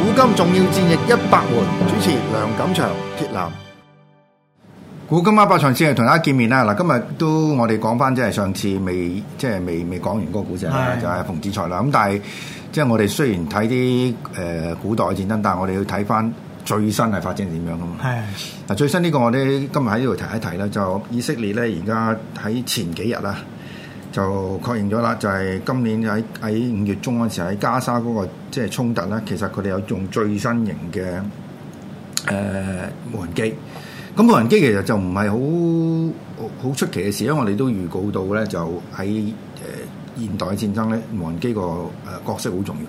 古今重要戰役一百回，主持梁錦祥、鐵男。古今一百場先係同大家見面啦。嗱，今日都我哋講翻即係上次未即係未未講完嗰個古仔啦，係就係馮子材啦。咁但係即係我哋雖然睇啲誒古代嘅戰爭，但係我哋要睇翻最新係發展點樣噶嘛。係嗱，最新呢個我哋今日喺呢度提一提啦，就以色列咧而家喺前幾日啦，就確認咗啦，就係今年喺喺五月中嗰時喺加沙嗰個即係衝突咧，其實佢哋有用最新型嘅誒無人機。咁無人機其實就唔係好好好出奇嘅事，因為我哋都預告到咧，就喺誒現代嘅戰爭咧，無人機個誒角色好重要。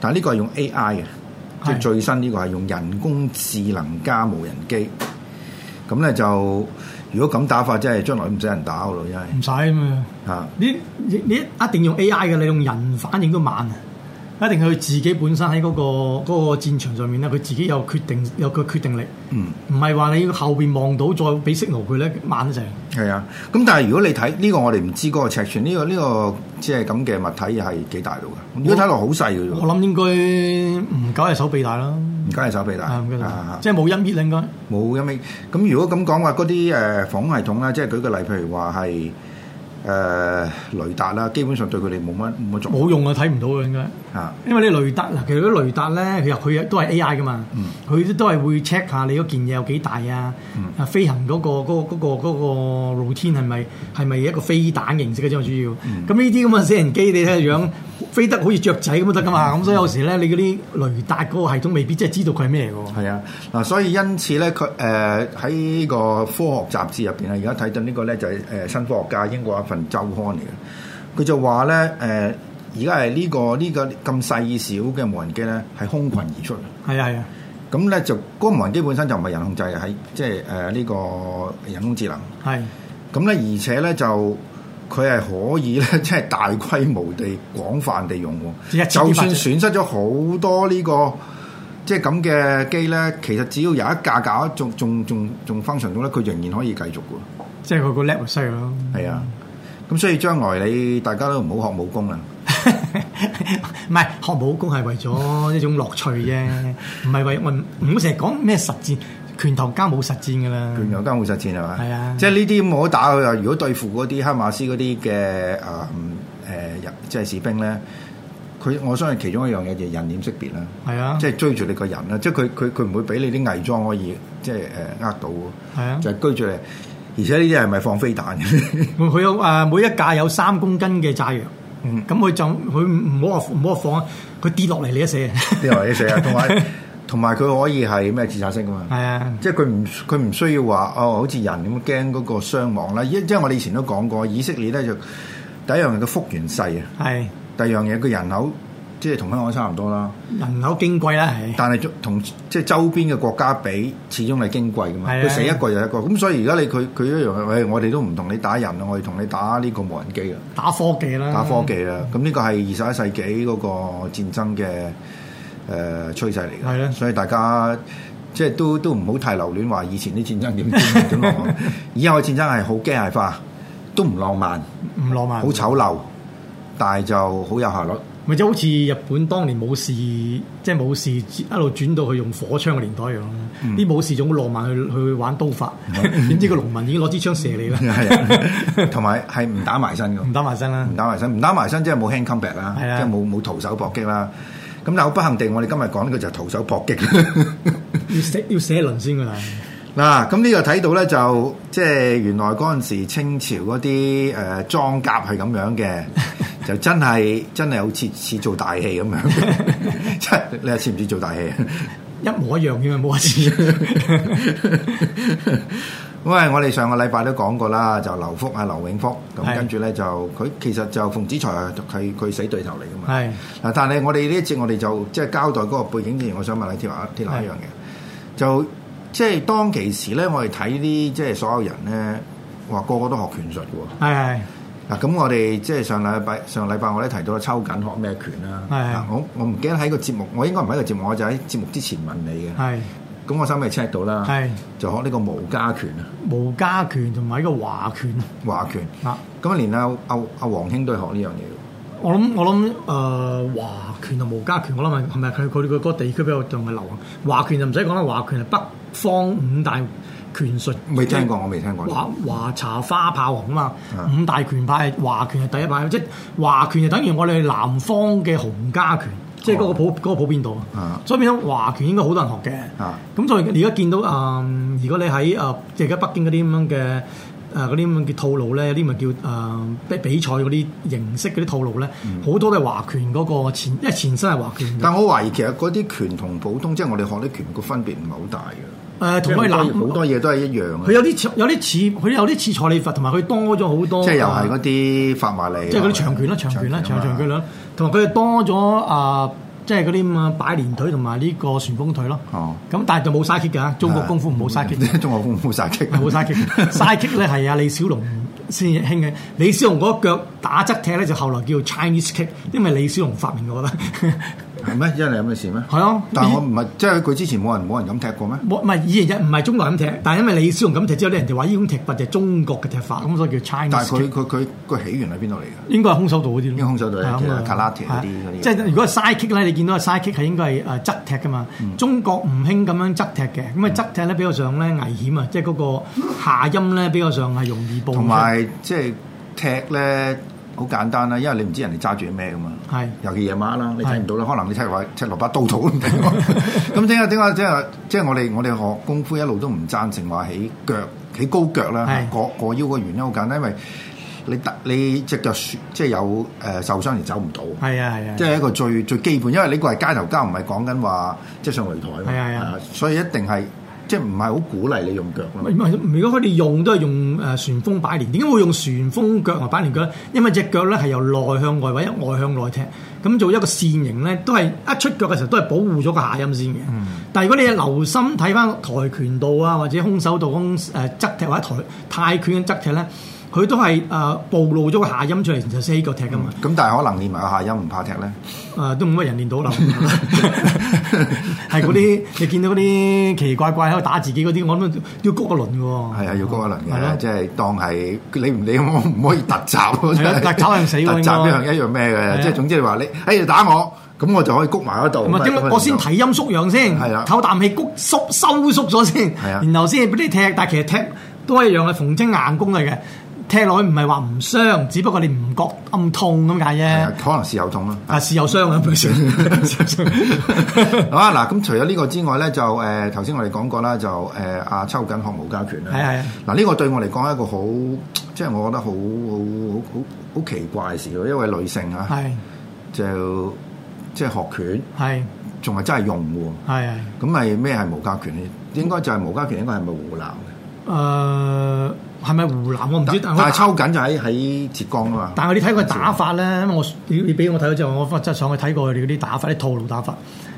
但係呢個係用 AI 嘅，即係係最新呢個係用人工智能加無人機。咁咧就如果咁打法，真係將來唔使人打噶咯，真係唔使咁啊！嚇。你你你一定用 A.I. 嘅，你用人反應都慢啊！一定佢自己本身喺嗰、個嗰、個戰場上面咧，佢自己有決定有個決定力，嗯，唔係話你後邊望到再俾 signal 佢咧慢得滯。係啊。咁但係如果你睇呢、個，我哋唔知嗰個尺寸，呢、個呢、個即係咁嘅物體係幾大到㗎？如果睇落好細嘅啫我喎，諗應該唔夠係手臂大啦，唔該係手臂大，係唔夠手臂啊大，即係冇一搣啦應該。冇因為咁如果咁講話，嗰啲誒防空系統啦，即係舉個例，譬如話係誒雷達啦，基本上對佢哋冇乜冇乜作用冇用啊，睇唔到啊應該。啊。因為啲雷達嗱，其實啲雷達咧，佢入佢都係 A.I. 噶嘛，佢、都係會 check 下你嗰件嘢有幾大啊，啊飛行嗰、個嗰、個嗰、個嗰、個 routine 係咪係咪一個飛彈形式嘅啫嘛主要，咁呢啲咁嘅死人機你睇下樣飛得好似雀仔咁都得噶嘛，咁、所以有時咧你嗰啲雷達嗰個系統未必真係知道佢係咩嚟喎，係啊，嗱，所以因此咧，佢誒喺個科學雜誌入邊啊，而家睇到呢個咧就係、誒新科學家英國一份周刊嚟嘅，佢就話咧誒，而家係呢個呢、個咁細小嘅無人機咧，係空群而出嘅。係啊係啊，咁咧就嗰個無人機本身就唔係人控制嘅，係即係誒呢個人工智能。係咁咧，而且咧就佢係可以咧， 即係大規模地、廣泛地用即喎。係一千就幾百算隻損失咗好多呢、個即係咁嘅機咧，其實只要有一架架仲仲仲仲 function 到咧，佢仍然可以繼續嘅即係佢個 level 犀利咯。喎。係啊，咁所以將來你大家都唔好學武功啦。 唔係學武功係為咗一種樂趣啫，唔係為我唔唔好成日講咩實戰，拳頭加冇實戰噶啦。拳有間好實戰係嘛？係啊即係呢啲冇得打佢啊！如果對付嗰啲哈馬斯嗰啲嘅誒誒啊人，即係士兵咧，佢我相信其中一樣嘢就係人臉識別啦。係啊，即係追住你個人啦，即係佢佢佢唔會俾你啲偽裝可以即係誒呃到喎，係啊就係追住你，而且呢啲係咪放飛彈嘅？佢佢有誒每一架有三公斤嘅炸藥，咁佢就佢唔好話唔好話放啊，佢跌落嚟你 一死啊！你話你死啊！同埋同埋佢可以係咩自殺式噶嘛？係啊，即係佢唔佢唔需要話哦，好似人咁驚嗰個傷亡啦。因因為我哋以前都講過，以色列咧就第一樣嘢個幅員細啊，係第二樣嘢個人口即係同香港差唔多啦，人口矜貴啦，係但係同即係周邊嘅國家比，始終係矜貴噶嘛。係啊佢死一個就一個，咁所以而家你佢佢一樣係，喂我哋都唔同你打人啊，我哋同你打呢個無人機啊，打科技啦，打科技啦。咁呢個係二十一世紀嗰個戰爭嘅誒、呃、趨勢嚟嘅。係啊所以大家即係都都唔好太留戀話以前啲戰爭點 點點落，以後嘅戰爭係好機械化，都唔浪漫，唔浪漫， 好醜陋，但係就好有效率。咪即係好似日本當年武士，即係武士一路轉到去用火槍嘅年代一樣咯。啲、武士仲好浪漫去去玩刀法， 點知個農民已經攞支槍射你啦，係啊，同埋係唔打埋身嘅，唔打埋身啦唔。打埋身，唔打埋身即係冇 hand combat 啦，即係啊係冇冇徒手搏擊啦。咁但係好不幸地，我哋今日講呢個就係徒手搏擊。 要寫要寫一輪先㗎啦。嗱，咁呢個睇到咧就即係原來嗰陣時清朝嗰啲誒裝甲係咁樣 嘅，就真係真係好似似做大戲咁樣， 即係你話似唔似做大戲 啊？一模一樣嘅冇一次。因為我哋上個禮拜都講過啦，就劉福啊劉永福，咁係跟住咧就佢其實就馮子材係佢死對頭嚟噶嘛。係嗱，但係我哋呢一節我哋就即係交代嗰個背景之前，我想問你鐵華鐵華一樣嘢，就即係當其時咧，我哋睇啲即係所有人咧，話個個都學拳術嘅係係喎。嗱，咁我哋即係上禮拜上禮拜我哋提到秋瑾學咩拳啦。係嗱我我唔記得喺個節目，我應該唔喺個節目，我就喺節目之前問你嘅。係咁我收尾 check 到啦，係就學呢個無家拳啊，無家拳同埋呢個華拳華拳。啊！咁連阿阿阿黃興都係學呢樣嘢嘅。我諗我諗誒、呃、華拳同無家拳，我諗係係咪佢佢佢個地區比較仲係流行？華拳就唔使講啦，華拳係北方五大拳術。未聽過，我未聽過。華華茶花炮王啊啊嘛，五大拳派華拳係第一派，即係華拳就等於我哋南方嘅洪家拳，即係嗰個普嗰個普遍度哦啊啊。所以變咗華拳應該好多人學嘅啊。咁所以而家見到啊，嗯如果你喺啊，即係而家北京嗰啲咁樣嘅。誒嗰啲咁嘅套路咧，有啲咪叫誒、呃比比賽嗰啲形式嗰啲套路咧，嗯好、多都係華拳嗰個前，因為前身係華拳嘅。但我懷疑其實嗰啲拳同普通即係我哋學啲拳個分別唔係好大嘅，誒呃同佢即係好南多好多嘢都係一樣佢嘅，有啲似有啲似佢有啲似蔡李佛，同埋佢多咗好多即係又啊係嗰啲法啊馬利，即係嗰啲長拳啦、長拳啦、啊長長拳啦，同埋佢哋多咗啊，即係嗰啲咁啊擺連腿同埋呢個旋風腿咯。哦咁但係就冇嘥 kick 㗎，中國功夫唔好嘥 kick，嗯 中國功夫殺擊，冇嘥 kick。嘥 kick 咧係啊李小龍先興嘅，李小龍嗰腳打側踢咧就後來叫 Chinese kick，因為李小龍發明嘅，我覺得 係咩？因為有咩事咩？係啊。但係我唔係即係佢之前冇人冇人咁踢過咩？冇唔係以前就唔係中國人咁踢，但係因為李小龍咁踢之後，啲人就話呢種踢法就係中國嘅踢法，咁所以叫 Chinese。但係佢佢佢個起源喺邊度嚟嘅？應該係空手道嗰啲咯，應該空手道係啊即係咁啊 karate 嗰啲係啊嗰啲即係如果係 side kick 咧，你見到係 side kick 係應該係誒側踢噶嘛。嗯中國唔興咁樣側踢嘅，咁啊側踢咧比較上咧危險啊，即係嗰個下音咧比較上係容易暴露同埋即係踢咧好簡單啦，因為你唔知人哋揸住啲咩㗎嘛。係尤其夜晚啦，你睇係唔到啦，可能你睇話赤蘿蔔刀肚都唔定 喎。咁點解點解即係即係我哋我哋學功夫一路都唔贊成話起腳起高腳啦係，過過腰個原因好簡單，因為你突你隻腳損即係有誒、呃受傷而走唔到，係啊係啊，即係一個最最基本，因為呢個係街頭交，唔係講緊話即係上擂台嘛係係係啊所以一定係即係唔係好鼓勵你用腳啊咯。唔係如果佢哋用都係用誒旋風擺連，點解會用旋風腳同擺連腳咧？因為隻腳咧係由內向外或者外向內踢，咁做一個線形咧，都係一出腳嘅時候都係保護咗個下陰先嘅。嗯但係如果你留心睇翻跆拳道啊，或者空手道、空誒側踢或者跆泰拳嘅側踢咧，佢都係誒、呃暴露咗個下陰出嚟，然後先起腳踢噶嘛。咁但係可能練埋個下音唔怕踢咧，誒、都冇乜人練 到啦，係嗰啲你見到嗰啲奇怪怪喺度打自己嗰啲，我諗要谷個輪嘅喎。係啊，要高一輪係咯嘅，即係當係你唔你唔唔可以突襲咯，係啊真係突襲係死喎突襲一應樣該一樣咩係嘅，啊即係總之你話你，哎你打我，咁我就可以谷埋嗰度。咁啊，咁點解咁我先提音縮陽先，係啊唞啖氣，谷縮收縮咗先，係啊然後先俾你踢。但係其實踢都係一樣嘅，逢精硬功嚟嘅。踢落去唔係話唔傷，只不過你唔覺咁痛咁解係啊啫。可能事有痛啦。啊，是有傷啊，咁樣算是有傷。好啊，嗱，咁除咗呢個之外咧，就誒頭先我哋講過啦，就誒阿秋瑾學無家拳啦。係係嗱，呢個對我嚟講係一個好，即係我覺得好好好好好奇怪嘅事咯，因為女性啊，係就即係學拳，係仲係真係用喎。係係。咁咪咩係無家拳咧？應該就係無家拳，應該係咪胡鬧嘅？誒係咪湖南我唔知，但我係抽緊就喺喺浙江啊嘛。但係你睇佢打法咧，嗯因為我你你俾我睇咗之後，我真係上去睇過佢哋嗰啲打法，啲套路打法。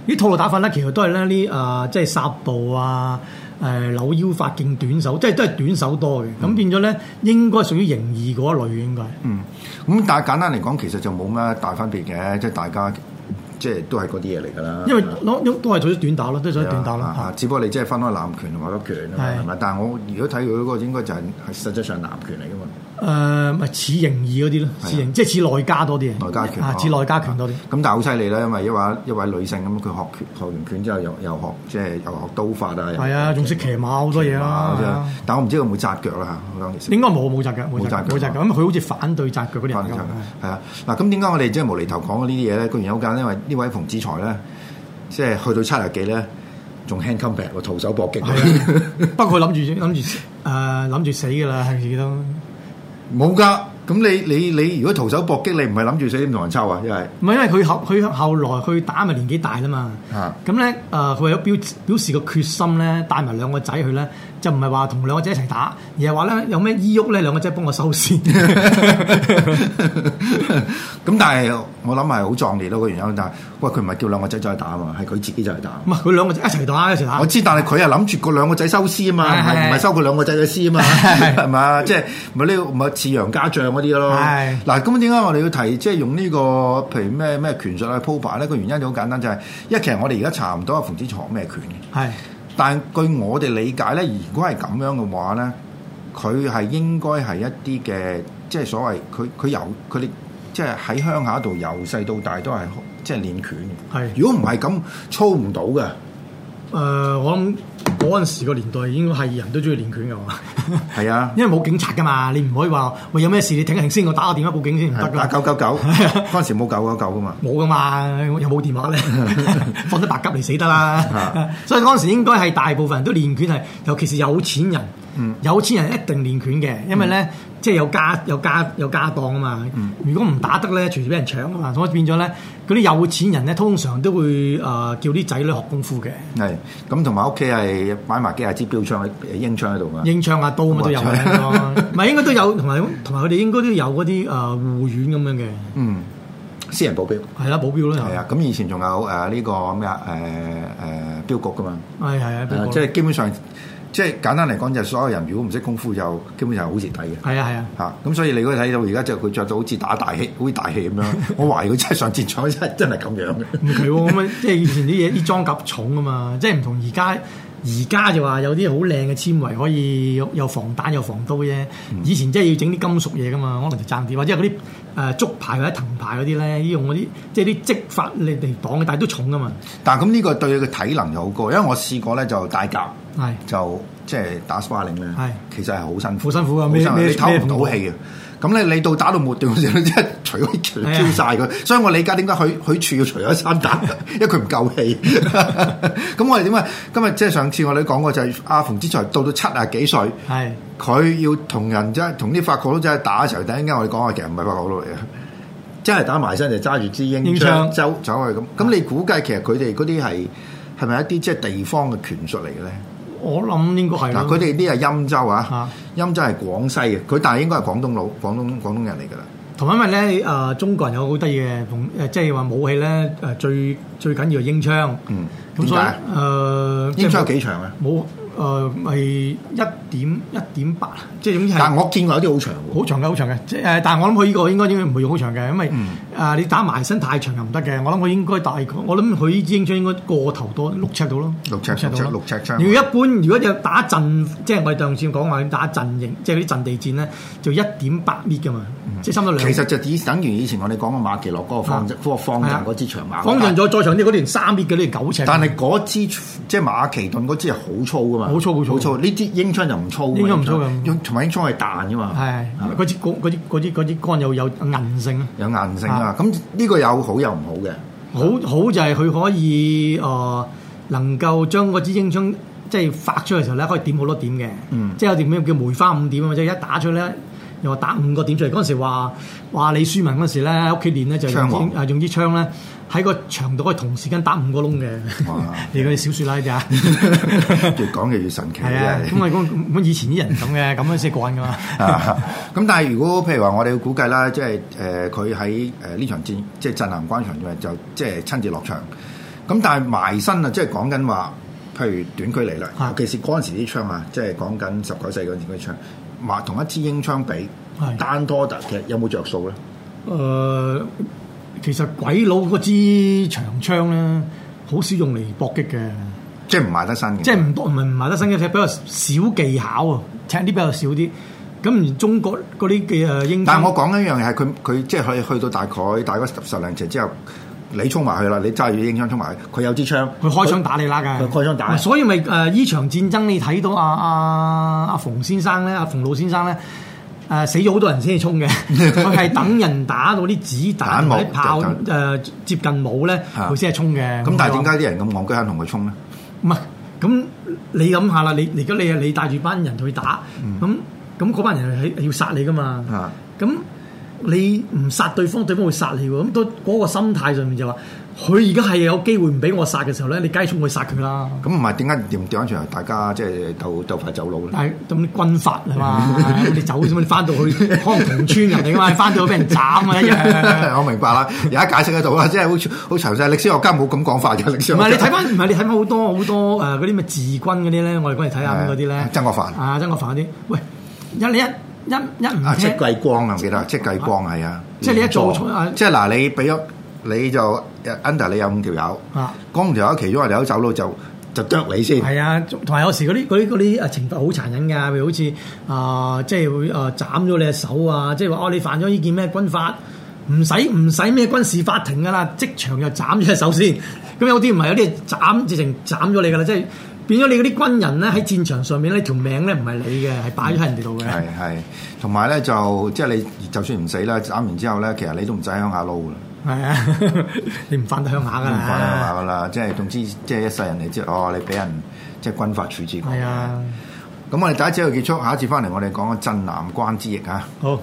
啲套路打法咧，其實都係咧啲誒，即係殺步啊、誒、扭腰法、勁短手，即係都係短手多嘅。咁、嗯變咗咧，應該屬於形意嗰一類嘅應該係。嗯，咁但係簡單嚟講，其實就冇咩大分別嘅，即係大家即係都係嗰啲嘢嚟㗎啦。因為攞都係做啲短打咯，都係做啲短打係啊啊咯啊。只不過你即係分開南拳同埋北拳啊嘛，係係咪？但係我如果睇佢嗰個應該就係係實質上南拳嚟㗎嘛。誒咪似形意嗰啲咯，似形即係似內家多啲嘅，啊內家拳啊哦似內家拳多啲。咁但係好犀利啦，因為一位一位女性咁，佢學拳學完拳之後又又學即係又學刀法啊，又係啊，仲識騎馬好多嘢啦。係啊啊！但我唔知佢有冇紮腳啦。我講其實應該冇冇扎腳，冇扎腳，冇冇扎扎腳腳。咁佢好似反對扎腳嗰啲人翻嚟㗎就嘛。係啊。嗱，咁點解我哋即係無厘頭講呢啲嘢咧？個原因好簡單，因為呢位馮子才咧，即係去到七廿幾咧，仲 hand combat 喎，徒手搏擊。不過佢諗住諗住誒諗住死㗎啦，係咪都？ 冇㗎。咁你你你如果徒手搏擊，你唔係諗住死點同人抽啊？因為唔係因為佢後佢後來佢打咪年紀大啦嘛啊，咁咧誒佢為咗表表示個決心咧，帶埋兩個仔去咧，就唔係話同兩個仔一齊打，而係話咧有咩醫鬱咧，兩個仔幫我收 線。咁但係我諗係好壯烈咯，個原因就係，喂佢唔係叫兩個仔走去打啊嘛，係佢自己走去打。唔係佢兩個仔一齊打一齊打我。知，但係佢係諗住個兩個仔收屍啊嘛，唔啊係係係唔係收佢兩個仔嘅屍啊嘛，係嘛？即係唔係呢個唔係似楊家將嗰啲咯。係嗱，咁點解我哋要提即係用呢個譬如咩咩拳術啊去鋪排咧？個原因就好簡單，就係因為其實我哋而家查唔到阿馮子床咩拳嘅，係但係據我哋理解咧，如果係咁樣嘅話咧，佢係應該係一啲嘅即係所謂佢佢由佢哋即係喺鄉下度由細到大都係即係練拳嘅。係如果唔係咁操唔到嘅。誒，呃我諗嗰陣時個年代應該係人都中意練拳㗎嘛。 係啊，因為冇警察㗎嘛，你唔可以話喂有咩事你停一停先，我打個電話報警先唔得打㗎。啊九九 九，嗰陣時冇九九九噶嘛。冇㗎嘛，有冇電話咧？ 放得白鴿嚟死得啊啦！所以嗰陣時應該係大部分人都練拳係，尤其是有錢人，嗯有錢人一定練拳嘅，因為咧即係有家有家有家當啊嘛。嗯如果唔打得咧，隨時俾人搶啊嘛，所以變咗咧嗰啲有錢人咧，通常都會誒、呃叫啲仔女學功夫嘅，係，咁同埋屋企係擺埋幾廿支標槍喺英槍喺度噶。英槍啊刀咪都有嘅，應該唔係應該都有，同埋同埋佢哋應該都有嗰啲誒啊護院咁樣嘅，嗯，私人保鏢。係啦保鏢啦，係啊，咁以前仲有誒呢個咩啊誒誒標局噶嘛，又係，係係啊，係啊保即鏢係基本上，即係簡單嚟講就係所有人如果唔識功夫就基本上係好蝕底嘅。係啊係啊。嚇！咁所以你嗰睇到而家就佢着到好似打大戲，好似大戲咁 樣。我懷疑佢真係上戰場真係真係咁樣嘅。唔係喎，咁啊，即係以前啲嘢啲裝甲重啊嘛，即係唔同而家。而家就話有啲好靚嘅纖維可以有有防彈有防刀啫，以前真係要整啲金屬嘢噶嘛，可能就爭啲，或者係嗰啲誒竹排或者藤排嗰啲咧，用嗰啲即係啲織法嚟嚟擋嘅，但係都重噶嘛，但係咁呢個對佢嘅體能就好高，因為我試過咧就戴甲。係就即係打 sparring 咧係，其實係好辛苦，好辛苦啊好辛苦咩你唞唔咩到氣嘅。啊咁咧，你到打到末段嗰 時候，即係除咗除係啊挑晒佢，所以我理解點解許許處要除咗衫 打，因為佢唔夠氣。 咁我哋點解今日即係上次我哋講過就係阿馮之才到到七啊幾歲，係佢要同人即係同啲法國佬真係打嘅時候，突然間我哋講話其實唔係法國佬嚟嘅，真係打埋身就揸住支英英槍槍走走去咁。咁你估計其實佢哋嗰啲係係咪一啲即係地方嘅拳術嚟嘅咧？我諗應該係嗱，佢咯，哋呢係欽州啊啊，欽州係廣西嘅，佢但係應該係廣東佬、廣東廣東人嚟㗎啦。同埋因為咧誒、中國人有個好得意嘅同誒，即係話武器咧誒最最緊要係英槍，嗯，咁點所以誒解？英槍有幾長啊？冇誒咪一點一點八，啊即係總之但係係我見過有啲好長喎。好長嘅，好長嘅。即係誒，但係我諗佢呢個應該應該唔會用好長嘅，因為誒、呃嗯你打埋身太長又唔得嘅。我諗佢應該大概，我諗佢英槍應該個頭多六尺到咯，六尺到咯六尺六尺槍如果一般如果有打陣，即係我哋上次講話打陣營，即係嗰啲陣地戰咧，就一點八米㗎嘛，即係啊差唔多兩。嗯其實就只等於以前我哋講嘅馬奇諾嗰個方嗰個方係陣啊嗰支長馬。講盡咗再長啲嗰段三米嘅嗰段九尺。但係嗰支即係馬其頓嗰支係好粗㗎嘛。好粗好粗好粗。呢支英槍就唔粗㗎。英槍唔粗㗎英槍英同埋英槍係彈㗎嘛。係啊嗰支嗰嗰支嗰支嗰支杆有有韌性啊！有硬性啊。咁呢個有好有唔好 嘅。好好就係佢可以誒、呃能夠將嗰支英槍即係發出嘅時候咧，可以點好多點嘅，嗯即係有啲咩叫梅花五點啊嘛，即係一打出咧。又話打五個點出嚟，嗰陣時話話李書文嗰陣時咧，喺屋企練咧就槍王用支啊用支槍咧喺個牆度可以同時間打五個窿嘅哇， 你嗰啲小説啦 咋？越講就越神奇。係啊，真係咁啊咁咁以前啲人咁嘅，咁樣先慣噶嘛。 啊咁但係如果譬如話，我哋估計啦，即係誒佢喺誒呢場戰，即係鎮南關場嘅，就即係親自落場。咁但係埋身啊，即係講緊話，譬如短距離啦，啊尤其是嗰陣時啲槍啊，即係講緊十九世紀嗰陣時嗰啲槍，埋同一支英槍比係，單拖特嘅有冇着數咧？誒呃其實鬼佬嗰支長槍咧，好少用嚟搏擊嘅，即係唔賣得身嘅，即係唔多唔係唔係得新嘅，踢比較少技巧啊，踢啲比較少啲。咁而中國嗰啲嘅誒英軍，但係我講一樣嘢係佢佢即係佢去到大概大概十十零尺之後，你衝埋去啦，你揸住英槍衝埋去，佢有支槍，佢開槍打你啦，㗎，佢開槍打你所以咪誒依場戰爭你睇到阿阿阿馮先生咧，阿馮老先生咧，誒、死咗好多人先至 衝嘅，佢係等人打到啲子彈彈幕或者炮就誒、接近冇咧，啊佢先係衝嘅。咁但係點解啲人咁戇居肯同佢衝咧？唔係，咁你諗下啦，你你而家你啊你帶住班人去打，咁咁嗰班人係係要殺你噶嘛？嗯啊咁你唔殺對方，對方會殺你喎。咁都嗰個心態上面就話，佢而家係有機會唔俾我殺嘅時候咧，你梗係衝去殺佢啦。咁唔係點解調調翻轉頭大家即係鬥鬥快走佬咧？但係咁啲軍法 係嘛，你走啫嘛，你翻到去可能同村人嚟噶嘛，你翻到去俾人斬啊一 樣。我明白啦，而家解釋得到啦，即係好似好詳細。歷史學家冇咁講法嘅，歷史學唔家係你睇翻，唔係你睇翻好多好多誒嗰啲咩治軍嗰啲咧，我哋嗰陣睇下嗰啲咧係，曾國藩啊曾國藩嗰啲，喂一你一一一 唔啊，戚聽。繼光啊，我記得戚繼光係啊，即係你一做錯啊即係嗱，你俾咗你就呃 under 你有五條友啊，光條友其中一條友走佬就就啄你先，係啊，同埋有時嗰啲嗰啲嗰啲誒懲罰好殘忍㗎，譬如好似啊、即係會誒斬咗你隻手啊，即係話哦，你犯咗呢件咩軍法，唔使唔使咩軍事法庭㗎啦，即場就斬咗隻手先。咁有啲唔係，有啲係斬直情斬咗你㗎啦，即 係變咗你嗰啲軍人咧喺戰場上面咧條命咧唔係你嘅，係啊擺咗喺人哋度嘅。係係，同埋咧就即係你就算唔死啦，斬完之後咧，其實你都唔使鄉下撈啦。係啊， 你唔翻得鄉下㗎唔講啦話啦。噶啦，即係總之，即係一世人你知哦，你俾人即係軍法處置過。係啊，咁我哋第一節就結束，下一節翻嚟我哋講個鎮南關之役啊。好。